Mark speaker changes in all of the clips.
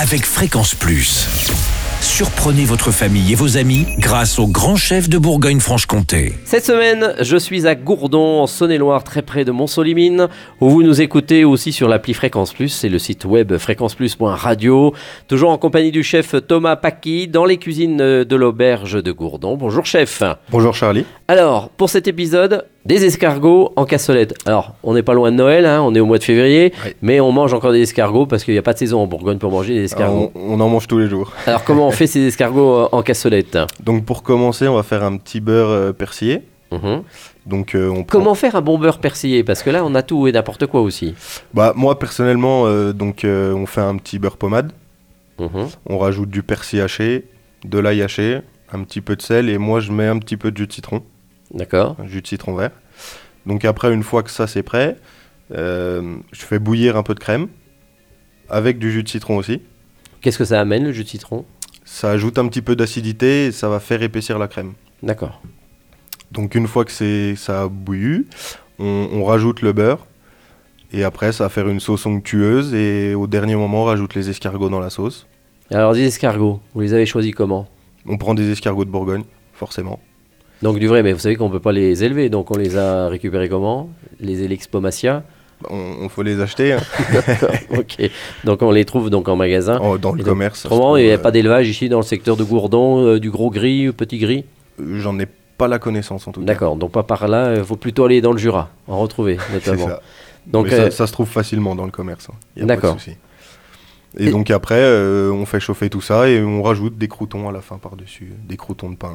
Speaker 1: avec Fréquence Plus. Surprenez votre famille et vos amis grâce au grand chef de Bourgogne-Franche-Comté.
Speaker 2: Cette semaine, je suis à Gourdon, en Saône-et-Loire, très près de Montsolimine, où vous nous écoutez aussi sur l'appli Fréquence Plus et le site web fréquenceplus.radio. Toujours en compagnie du chef Thomas Paqui dans les cuisines de l'auberge de Gourdon. Bonjour chef.
Speaker 3: Bonjour Charlie.
Speaker 2: Alors, pour cet épisode, des escargots en cassolette. Alors, on n'est pas loin de Noël, hein, on est au mois de février,
Speaker 3: Ouais.
Speaker 2: mais on mange encore des escargots parce qu'il n'y a pas de saison en Bourgogne pour manger des
Speaker 3: On,
Speaker 2: escargots.
Speaker 3: Euh, on en mange tous les jours.
Speaker 2: Alors, comment on fait ces escargots euh, en cassolette
Speaker 3: Donc pour commencer, on va faire un petit beurre euh, persillé.
Speaker 2: Mhm.
Speaker 3: Donc euh, on prend-
Speaker 2: Comment faire un bon beurre persillé Parce que là, on a tout et n'importe quoi aussi.
Speaker 3: Bah moi personnellement, euh, donc euh, on fait un petit beurre pommade.
Speaker 2: Mhm.
Speaker 3: On rajoute du persil haché, de l'ail haché, un petit peu de sel et moi je mets un petit peu de jus de citron,
Speaker 2: D'accord.
Speaker 3: un jus de citron vert. Donc après, une fois que ça c'est prêt, euh, je fais bouillir un peu de crème avec du jus de citron aussi.
Speaker 2: Qu'est-ce que ça amène, le jus de citron
Speaker 3: Ça ajoute un petit peu d'acidité et ça va faire épaissir la crème.
Speaker 2: D'accord.
Speaker 3: Donc une fois que c'est ça a bouillu, on, on rajoute le beurre et après ça va faire une sauce onctueuse et au dernier moment on rajoute les escargots dans la sauce.
Speaker 2: Alors, des escargots, vous les avez choisis comment
Speaker 3: On prend des escargots de Bourgogne, forcément.
Speaker 2: Donc, du vrai, mais vous savez qu'on ne peut pas les élever, donc on les a récupérés comment Les Elexpomacia
Speaker 3: On, on faut les acheter hein,
Speaker 2: D'accord, ok. Donc, on les trouve donc en magasin.
Speaker 3: en- dans le
Speaker 2: Et donc,
Speaker 3: commerce. ça se
Speaker 2: Autrement, il n'y a
Speaker 3: trouve, euh,
Speaker 2: pas d'élevage ici dans le secteur de Gourdon, euh, du gros gris, ou petit gris
Speaker 3: euh, J'en ai pas la connaissance en tout cas.
Speaker 2: D'accord, donc pas par là, il faut plutôt aller dans le Jura, en retrouver
Speaker 3: C'est
Speaker 2: notamment.
Speaker 3: ça.
Speaker 2: Donc,
Speaker 3: Mais ça-
Speaker 2: euh,
Speaker 3: ça, se trouve facilement dans le commerce. hein. Y a pas de
Speaker 2: D'accord.
Speaker 3: souci. Et,
Speaker 2: Et-
Speaker 3: donc après, euh, on fait chauffer tout ça et on rajoute des croutons à la fin par-dessus, euh, des croutons de pain.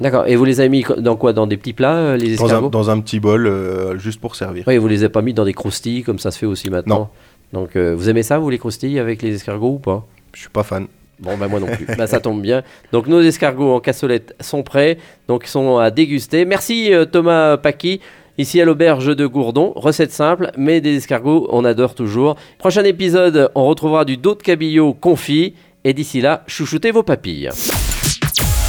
Speaker 2: d'accord. Et vous les avez mis co- dans quoi Dans des petits plats, euh, les
Speaker 3: Dans
Speaker 2: escargots
Speaker 3: un, dans un petit bol, euh, juste pour servir.
Speaker 2: Oui, vous les avez pas mis dans des croustilles comme ça se fait aussi maintenant. Donc euh, vous aimez ça, vous les croustilles avec les escargots ou pas
Speaker 3: Je suis pas fan.
Speaker 2: Bon, ben moi non plus. ben, ça tombe bien. Donc nos escargots en cassolette sont prêts, donc ils sont à déguster. Merci euh, Thomas Paqui. Ici à l'auberge de Gourdon, recette simple, mais des escargots, on adore toujours. Prochain épisode, on retrouvera du dos de cabillaud confit. Et d'ici là, chouchoutez vos papilles.